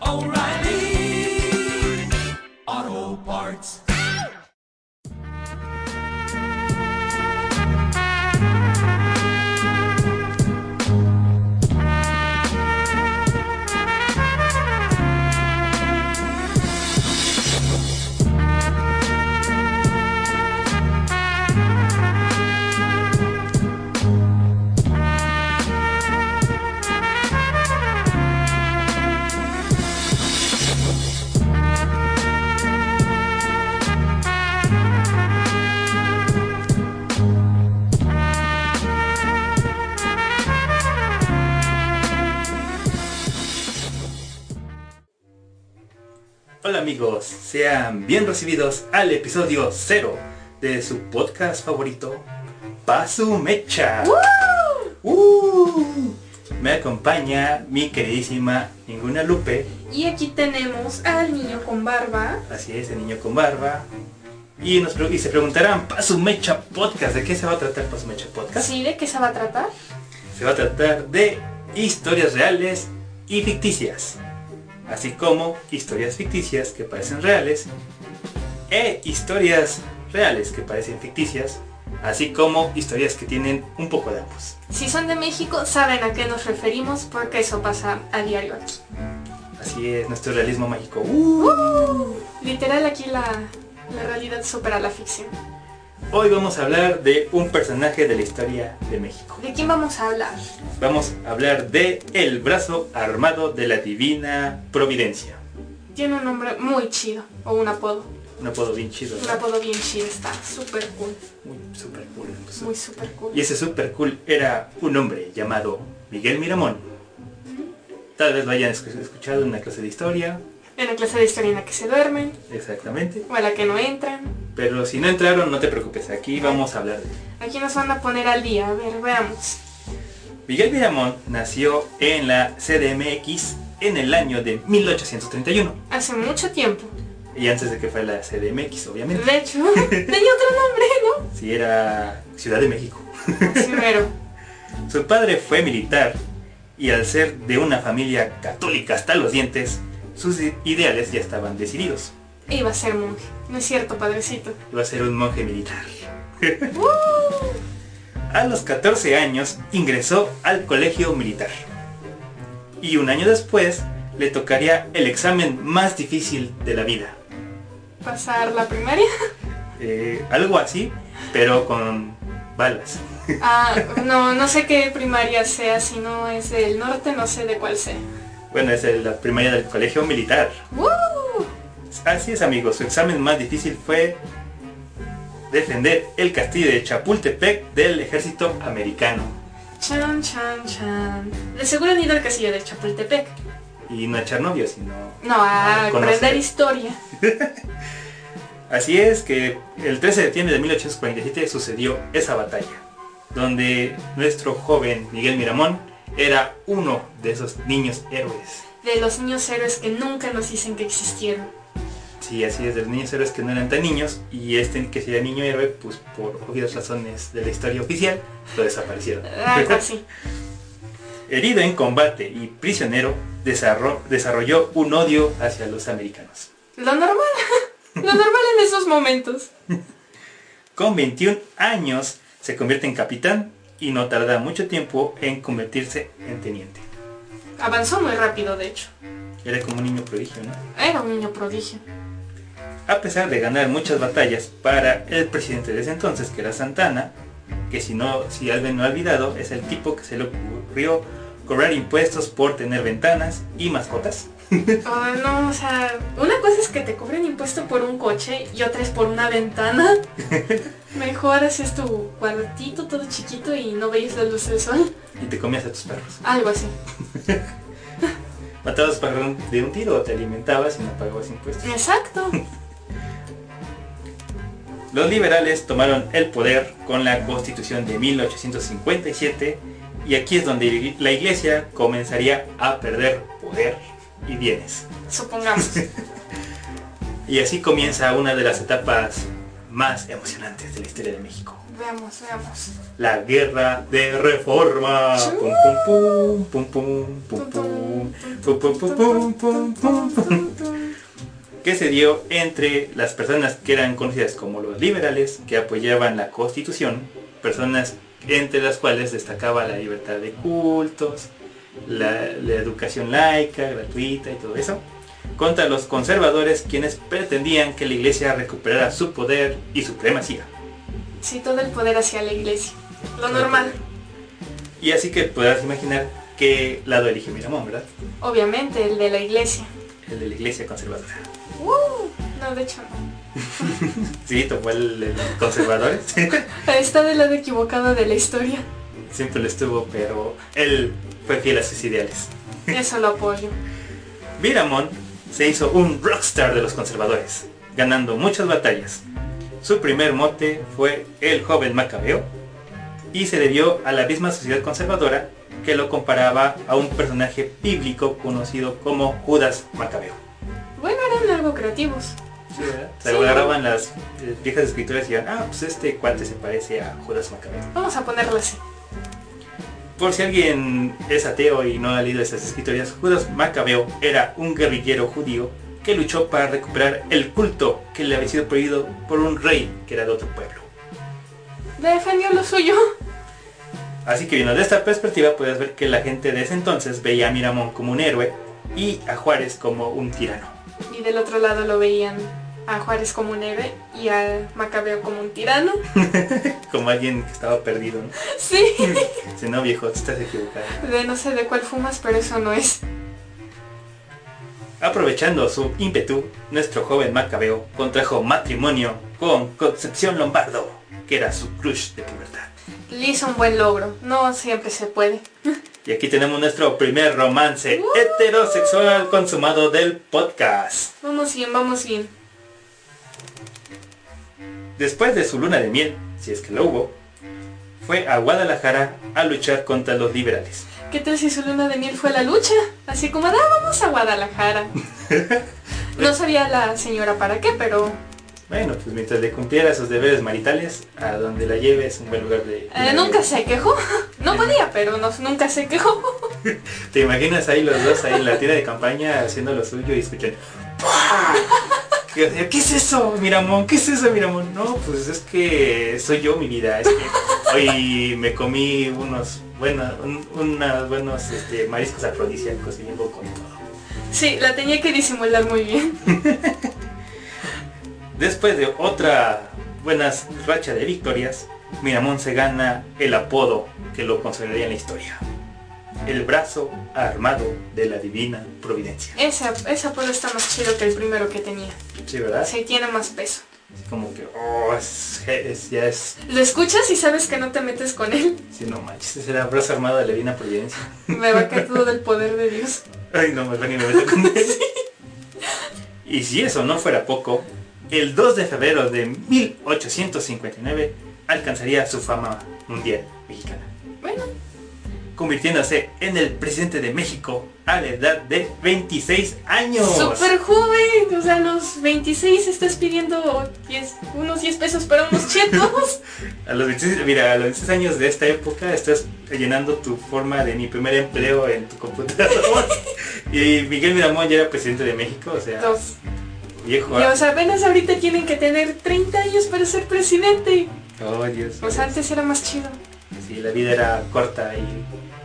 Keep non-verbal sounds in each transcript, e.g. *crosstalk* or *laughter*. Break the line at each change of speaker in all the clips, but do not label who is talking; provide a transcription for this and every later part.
O'Reilly Auto Parts.
Hola amigos, sean bien recibidos al episodio 0 de su podcast favorito, Pasu Mecha. ¡Uh! Me acompaña mi queridísima Ninguna Lupe,
Y aquí tenemos al niño con barba.
así es, el niño con barba. Y, nos, pre- y se preguntarán, Pasu Mecha Podcast, ¿de qué se va a tratar Pasu Mecha Podcast?
¿Sí? ¿De qué se va a tratar?
Se va a tratar de historias reales y ficticias, así como historias ficticias que parecen reales e historias reales que parecen ficticias, así como historias que tienen un poco de ambos.
Si son de México, saben a qué nos referimos porque eso pasa a diario aquí.
Así es nuestro realismo mágico. ¡Uh!
Literal aquí la, la realidad supera la ficción.
Hoy vamos a hablar de un personaje de la historia de México.
¿De quién vamos a hablar?
Vamos a hablar de el brazo armado de la divina providencia.
Tiene un nombre muy chido, o un apodo.
Un apodo bien chido.
Un
¿no?
apodo bien chido, está súper cool.
Muy super cool.
Muy súper cool.
Y ese super cool era un hombre llamado Miguel Miramón. Tal vez lo hayan escu- escuchado en una clase de historia,
En la clase de historia en la que se duermen,
exactamente.
o a la que no entran.
Pero si no entraron, no te preocupes, aquí vamos a hablar de él.
Aquí nos van a poner al día, a ver, veamos.
Miguel Miramón nació en la CDMX en el año de 1831.
Hace mucho tiempo.
Y antes de que fuera la CDMX, obviamente.
De hecho, *laughs* tenía otro nombre, ¿no?
Si era Ciudad de México.
Primero.
Su padre fue militar y al ser de una familia católica hasta los dientes, sus i- ideales ya estaban decididos.
Iba a ser monje. No es cierto, padrecito.
iba a ser un monje militar. *laughs* a los 14 años ingresó al colegio militar. Y un año después le tocaría el examen más difícil de la vida.
Pasar la primaria. *laughs*
Eh, algo así, pero con balas.
Ah, no, no sé qué primaria sea, si no es del norte, no sé de cuál sea.
Bueno, es el- la primaria del colegio militar.
¡Woo!
Así es amigos, su examen más difícil fue defender el castillo de Chapultepec del ejército americano.
Chan, chan, chan. De seguro han ido al castillo de Chapultepec.
Y no a Chernobyl, sino...
No, a
Ah, conocer.
aprender historia.
Así es que el 13 de septiembre de 1847 sucedió esa batalla, donde nuestro joven Miguel Miramón era uno de esos niños héroes.
De los niños héroes que nunca nos dicen que existieron.
Sí, así es, de los niños héroes que no eran tan niños, y este que sería niño héroe, pues por obvias razones de la historia oficial, lo desaparecieron.
Ah, Algo así.
*laughs* Herido en combate y prisionero, desarro- desarrolló un odio hacia los americanos.
Lo normal. *laughs* Lo normal en esos momentos.
Con 21 años se convierte en capitán y no tarda mucho tiempo en convertirse en teniente.
Avanzó muy rápido, de hecho.
Era como un niño prodigio, ¿no?
Era un niño prodigio.
A pesar de ganar muchas batallas para el presidente de ese entonces, que era Santana, que si no, si alguien no ha olvidado, es el tipo que se le ocurrió cobrar impuestos por tener ventanas y mascotas.
Ay, no, o sea, una cosa es que te cobren impuesto por un coche y otra es por
*laughs*
una ventana. Mejor haces tu cuartito todo chiquito y no veis la luz del sol.
Y te comías a tus perros.
Algo así.
Matabas para un- de un tiro o te alimentabas y no pagabas impuestos.
Exacto.
Los liberales tomaron el poder con la constitución de 1857 y aquí es donde la iglesia comenzaría a perder poder y bienes. *laughs*
Supongamos.
Y así comienza una de las etapas más emocionantes de la historia de México.
Veamos, veamos.
La guerra de reforma. Pum, pum, pum, pum, pum, pum, pum, pum, pum, pum, pum, pum, pum, que se dio entre las personas que eran conocidas como los liberales, que apoyaban la constitución, personas entre las cuales destacaba la libertad de cultos, la, la educación laica, gratuita y todo eso, contra los conservadores quienes pretendían que la iglesia recuperara su poder y supremacía.
Sí, todo el poder hacia la iglesia. Lo normal,
Y así que podrás imaginar qué lado eligió Miramón, ¿verdad?
obviamente, el de la iglesia.
El de la iglesia conservadora.
¡Uh! No, de hecho no.
Sí, tomó el de los conservadores.
Está del lado equivocado de
*laughs*
la historia.
Siempre lo estuvo, pero él fue fiel a sus ideales.
Eso lo apoyo.
Miramón se hizo un rockstar de los conservadores, ganando muchas batallas. Su primer mote fue el joven macabeo y se debió a la misma sociedad conservadora que lo comparaba a un personaje bíblico conocido como Judas Macabeo.
Bueno, eran algo creativos.
Sí, ¿verdad? Se
Sí.
agarraban las eh, viejas escrituras y decían, ah, pues este cuate se parece a Judas Macabeo.
Vamos a ponerlo así.
Por si alguien es ateo y no ha leído esas escrituras, Judas Macabeo era un guerrillero judío que luchó para recuperar el culto que le había sido prohibido por un rey que era de otro pueblo.
Defendió lo suyo.
Así que viendo de esta perspectiva puedes ver que la gente de ese entonces veía a Miramón como un héroe y a Juárez como un tirano.
Y del otro lado lo veían a Juárez como un héroe y a Macabeo como un tirano. *laughs*
Como alguien que estaba perdido. ¿no?
Sí.
Si no viejo, te estás equivocado.
De no sé de cuál fumas, pero eso no es.
Aprovechando su ímpetu, nuestro joven Macabeo contrajo matrimonio con Concepción Lombardo, que era su crush de pubertad.
Le hizo un buen logro. No siempre se puede.
Y aquí tenemos nuestro primer romance heterosexual consumado del podcast.
Vamos bien, vamos bien.
Después de su luna de miel, si es que lo hubo, fue a Guadalajara a luchar contra los liberales.
¿Qué tal si su luna de miel fue la lucha? Así como, ah, vamos a Guadalajara. No sabía la señora para qué, pero
Bueno, pues mientras le cumpliera sus deberes maritales, a donde la lleve es un buen lugar de...
eh, nunca se quejó. *laughs* No podía, pero no, nunca se quejó. *laughs*
¿Te imaginas ahí los dos ahí en la tienda de campaña haciendo lo suyo y escuchan? ¡pua! ¿Qué, o sea, ¿qué es eso, Miramón? ¿Qué es eso, Miramón? No, pues es que soy yo, mi vida. Es que hoy me comí unos buenos, unos buenos este, mariscos afrodisíacos y vengo con todo.
Sí, la tenía que disimular muy bien.
Después de otra buena racha de victorias, Miramón se gana el apodo que lo consolidaría en la historia. El brazo armado de la divina providencia.
Ese, ese apodo está más chido que el primero que tenía.
Sí, ¿verdad?
Sí, tiene más peso.
Así como que, oh, es, es- ya es,
Lo escuchas y sabes que no te metes con él. *laughs*
si no manches, ese era brazo armado de la Divina Providencia. *laughs*
Me va a caer todo del poder de Dios.
Ay, no, mejor ni me meto con él. *laughs* Y si eso no fuera poco, el 2 de febrero de 1859 alcanzaría su fama mundial mexicana,
Bueno,
convirtiéndose en el presidente de México a la edad de 26 años.
súper joven. O sea, a los 26 estás pidiendo 10 unos 10 pesos para
*laughs*
unos chetos.
A los 26, mira, a los 26 años de esta época estás llenando tu forma de mi primer empleo en tu
*laughs*
computadora. y Miguel Miramón ya era presidente de México, o sea,
Dos.
viejo. ah.
Y o sea, apenas ahorita tienen que tener 30 años para ser presidente.
Oh, Dios.
O sea, antes era más chido.
Sí, la vida era corta y,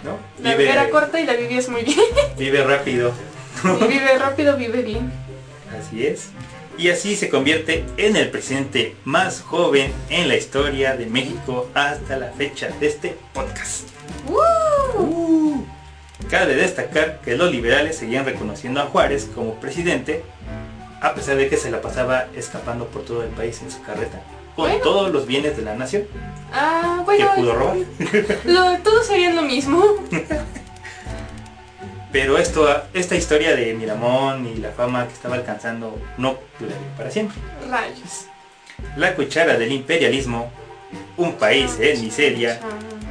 ¿no?
La vida era corta y la vivías muy
*laughs*
bien.
vive rápido.
Y vive rápido, vive bien.
Así es. Y así se convierte en el presidente más joven en la historia de México hasta la fecha de este podcast.
¡Woo!
Cabe destacar que los liberales seguían reconociendo a Juárez como presidente, a pesar de que se la pasaba escapando por todo el país en su carreta, con
Bueno.
todos los bienes de la nación
Ah,
que
bueno.
pudo robar.
Lo, todos harían
*laughs*
lo mismo.
Pero esto, esta historia de Miramón y la fama que estaba alcanzando no duraría para siempre.
Rayos.
La cuchara del imperialismo, un país ¿eh? en miseria
Ah,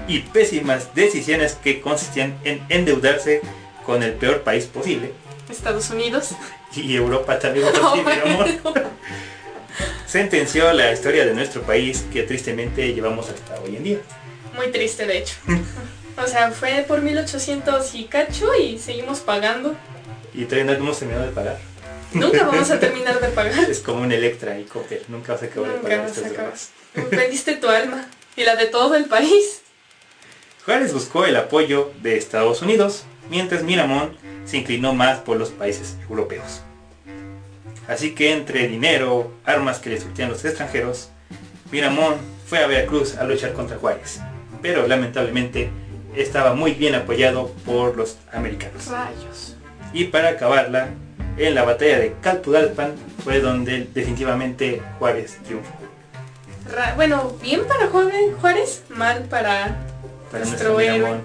y pésimas decisiones que consistían en endeudarse con el peor país posible
Estados Unidos. *laughs*
y Europa también. por si Miramón. *laughs* sentenció la historia de nuestro país que tristemente llevamos hasta hoy en día.
Muy triste, de hecho.
*laughs*
O sea, fue por 1800 y cacho y seguimos pagando.
Y todavía no hemos terminado de pagar. *laughs*
Nunca vamos a terminar de pagar.
Es como un Electra y Coppel, nunca vas a acabar de
Nunca
pagar
vas a
estas
acabar.
drogas.
Vendiste tu alma y la de todo el país.
Juárez buscó el apoyo de Estados Unidos, mientras Miramón se inclinó más por los países europeos. Así que entre dinero, armas que le surtían los extranjeros, Miramón fue a Veracruz a luchar contra Juárez, pero lamentablemente estaba muy bien apoyado por los americanos.
Rayos.
Y para acabarla, en la batalla de Calpulalpan fue donde definitivamente Juárez triunfó.
Ra- bueno, bien para Juárez, Juárez, mal para
Para
Nuestro
nuestro,
héroe.
Miramón,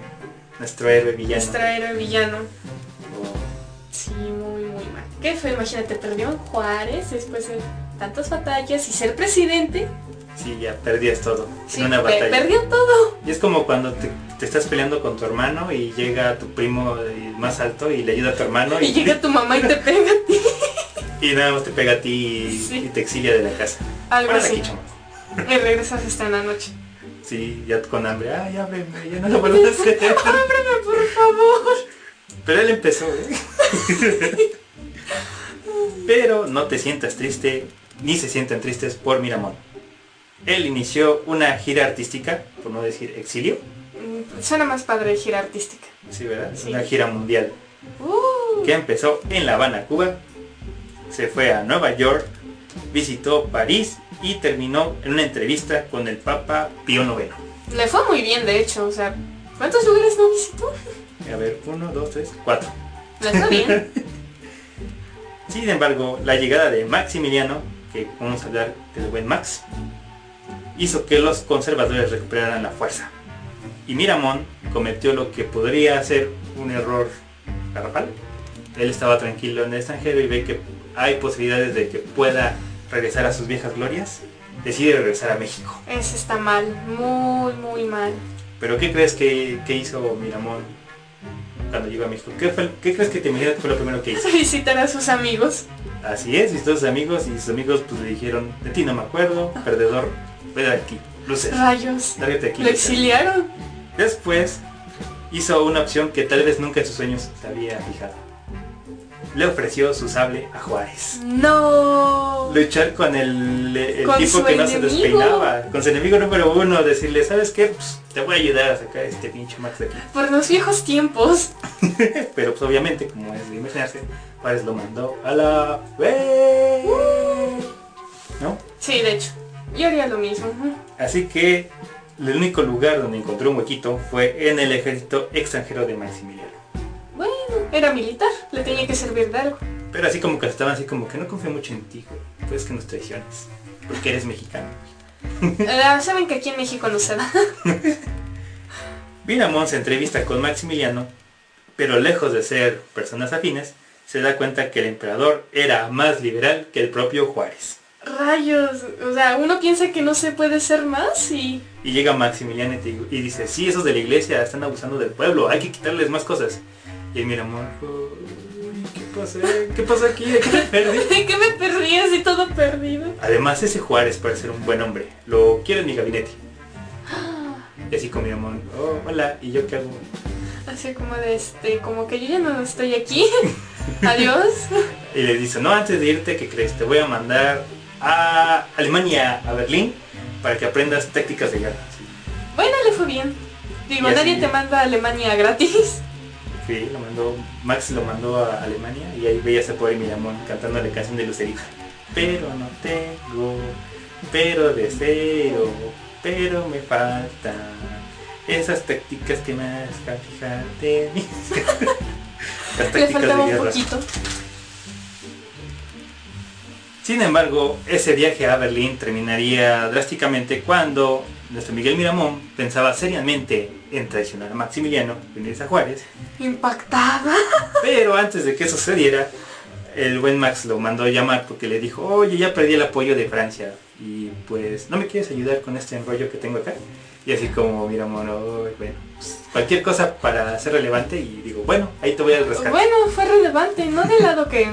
nuestro héroe villano.
nuestro héroe villano.
Oh.
Sí, muy, muy mal. ¿Qué fue? Imagínate, perdió en Juárez después de tantas batallas y ser presidente.
Sí, ya perdías todo
Sí,
en una
pe-
batalla.
perdió todo.
Y es como cuando te, te estás peleando con tu hermano y llega tu primo eh, más alto y le ayuda a tu hermano y,
*laughs* Y llega tu mamá y te pega
*laughs*
a ti.
y nada más te pega a ti y,
Sí.
y te exilia de la casa.
Algo
Fuera de
así.
aquí, chamo.
Y regresas hasta en la noche.
Sí, ya con hambre. Ay, ábreme, ya no lo vuelvo a hacer.
*laughs* Ábreme, por favor.
Pero él empezó, ¿eh?
*laughs*
Pero no te sientas triste, ni se sientan tristes por Miramón. Él inició una gira artística, por no decir exilio,
Mm, Suena más padre gira artística.
sí, ¿verdad?
Sí.
Una gira mundial.
Uh,
que empezó en La Habana, Cuba, se fue a Nueva York, visitó París y terminó en una entrevista con el Papa Pío IX.
le fue muy bien, de hecho. O sea, ¿cuántos lugares no visitó?
A ver, uno, dos, tres, cuatro.
Le
*laughs*
fue bien.
Sin embargo, la llegada de Maximiliano, que vamos a hablar del buen Max, hizo que los conservadores recuperaran la fuerza. Y Miramón cometió lo que podría ser un error garrafal. Él estaba tranquilo en el extranjero y ve que hay posibilidades de que pueda regresar a sus viejas glorias. Decide regresar a México.
Ese está mal. Muy, muy mal.
¿Pero qué crees que, que hizo Miramón cuando llegó a México? ¿Qué, fue- qué crees que te imaginas que fue lo primero que hizo?
Visitar a sus amigos.
Así es, visitó a sus amigos y sus amigos pues le dijeron, de ti no me acuerdo, perdedor, ve de aquí, luces,
Rayos.
lárgate de aquí.
Lo
loser".
exiliaron.
Después hizo una opción que tal vez nunca en sus sueños se había fijado. Le ofreció su sable a Juárez.
No.
Luchar con el, el
Con
tipo
su
que no se
enemigo.
despeinaba, con su enemigo número uno, decirle, ¿sabes qué? Pues, te voy a ayudar a sacar este pinche Max de aquí. *laughs*
Por los viejos tiempos.
Pero pues obviamente, como es de imaginarse, Juárez lo mandó a la... ¡Wey!
Uh.
¿No?
Sí, de hecho. Yo haría lo mismo. ujú.
Así que el único lugar donde encontró un huequito fue en el ejército extranjero de Maximiliano.
Bueno, era militar. Le tenía que servir de algo.
Pero así como que estaban así como que no confío mucho en ti, güey. Puedes que nos traiciones. Porque eres mexicano.
Ah, Saben que aquí en México no se da.
Vinamón se entrevista con Maximiliano, pero lejos de ser personas afines, se da cuenta que el emperador era más liberal que el propio Juárez.
Rayos, o sea, uno piensa que no se puede ser más y *laughs*
Y llega Maximiliano y, te- y dice, sí, esos de la iglesia están abusando del pueblo, hay que quitarles más cosas. Y el Miramón, "Uy, ¿qué pasa? ¿Qué pasa aquí? ¿De qué me perdí?".
¿de qué me perdí así todo perdido?
Además, ese Juárez parece ser un buen hombre. Lo quiero en mi gabinete. Y así con mi amor, oh, hola, ¿y yo qué hago?
Así como de este, como que yo ya no estoy *laughs* aquí. Adiós.
Y le dice, no, antes de irte, ¿qué crees? Te voy a mandar a Alemania, a Berlín, para que aprendas tácticas de guerra.
Bueno, le fue bien. Digo,
Y así-
nadie te manda a Alemania gratis.
Sí, lo mandó, Max lo mandó a Alemania y ahí veías a pobre Miramón cantándole canción de Lucerito. Pero no tengo, pero deseo, pero me falta. Esas tácticas que me hacen fijarte.
*laughs*
en mí. Las
Le
tácticas
faltaba
de
un
guerra.
poquito.
Sin embargo, ese viaje a Berlín terminaría drásticamente cuando nuestro Miguel Miramón pensaba seriamente en traicionar a Maximiliano, venirse a Juárez,
Impactada.
Pero antes de que eso sucediera, el buen Max lo mandó llamar porque le dijo, oye, ya perdí el apoyo de Francia. Y pues, ¿no me quieres ayudar con este enrollo que tengo acá? Y así como, mira, mono, "Ay, bueno, pues, cualquier cosa para ser relevante. Y digo, bueno, ahí te voy a rescatar.
Bueno, fue relevante, no del lado que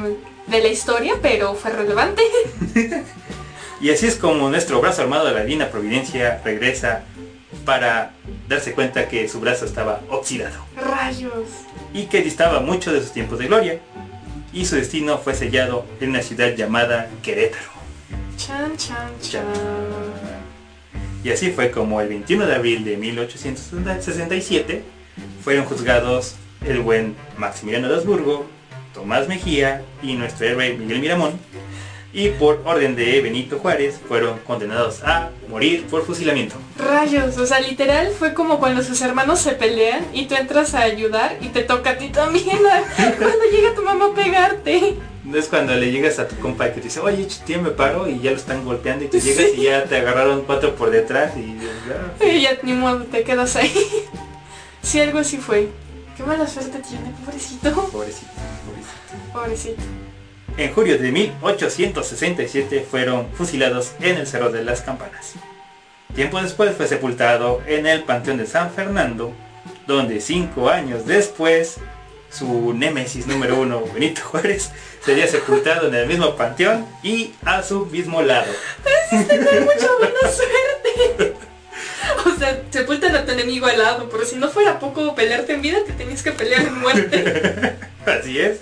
de la historia, pero fue relevante.
Y así es como nuestro brazo armado de la divina providencia regresa para darse cuenta que su brazo estaba oxidado
Rayos.
y que distaba mucho de sus tiempos de gloria. Y su destino fue sellado en una ciudad llamada Querétaro.
Chan, chan,
Chan.
chan.
Y así fue como el 21 de abril de 1867 fueron juzgados el buen Maximiliano de Habsburgo, Tomás Mejía y nuestro héroe Miguel Miramón. Y por orden de Benito Juárez fueron condenados a morir por fusilamiento.
Rayos. O sea, literal fue como cuando sus hermanos se pelean y tú entras a ayudar y te toca a ti también. cuando llega tu mamá a pegarte. *laughs*
Es cuando le llegas a tu compa que te dice, oye, ch- tío, me paro y ya lo están golpeando y tú llegas y ya te agarraron cuatro por detrás y ya,
Y ya ni modo, te quedas ahí. Sí, algo así fue. Qué mala suerte tiene, pobrecito.
pobrecito, pobrecito.
Pobrecito.
En julio de 1867 fueron fusilados en el Cerro de las Campanas. Tiempo después fue sepultado en el Panteón de San Fernando, donde cinco años después su némesis número uno, Benito Juárez, sería sepultado en el mismo panteón y a su mismo lado.
Tener mucha buena suerte. *laughs* O sea, sepultan a tu enemigo al lado, pero si no fuera poco pelearte en vida, te tenías que pelear en muerte.
Así es.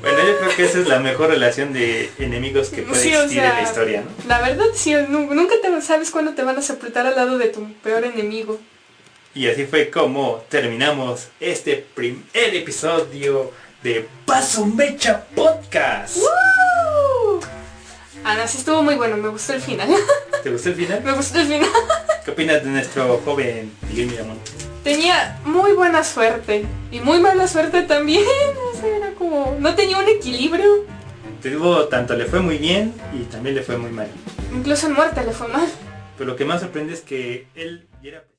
Bueno, yo creo que esa es la mejor relación de enemigos *laughs* que puede
Sí, o
existir en la
sea,
historia, ¿no?
La verdad, sí, nu- nunca te sabes cuándo te van a sepultar al lado de tu peor enemigo.
Y así fue como terminamos este primer episodio de Paso Mecha Podcast.
¡Woo! Ana, sí estuvo muy bueno, me gustó el final. *laughs*
¿Te gustó el final?
Me gustó el final.
¿Qué opinas de nuestro joven Miguel Miramón?
Tenía muy buena suerte y muy mala suerte también. *laughs* O sea, era como... No tenía un equilibrio.
Te digo, tanto le fue muy bien y también le fue muy mal.
Incluso en muerte le fue mal.
Pero lo que más sorprende es que él ya era...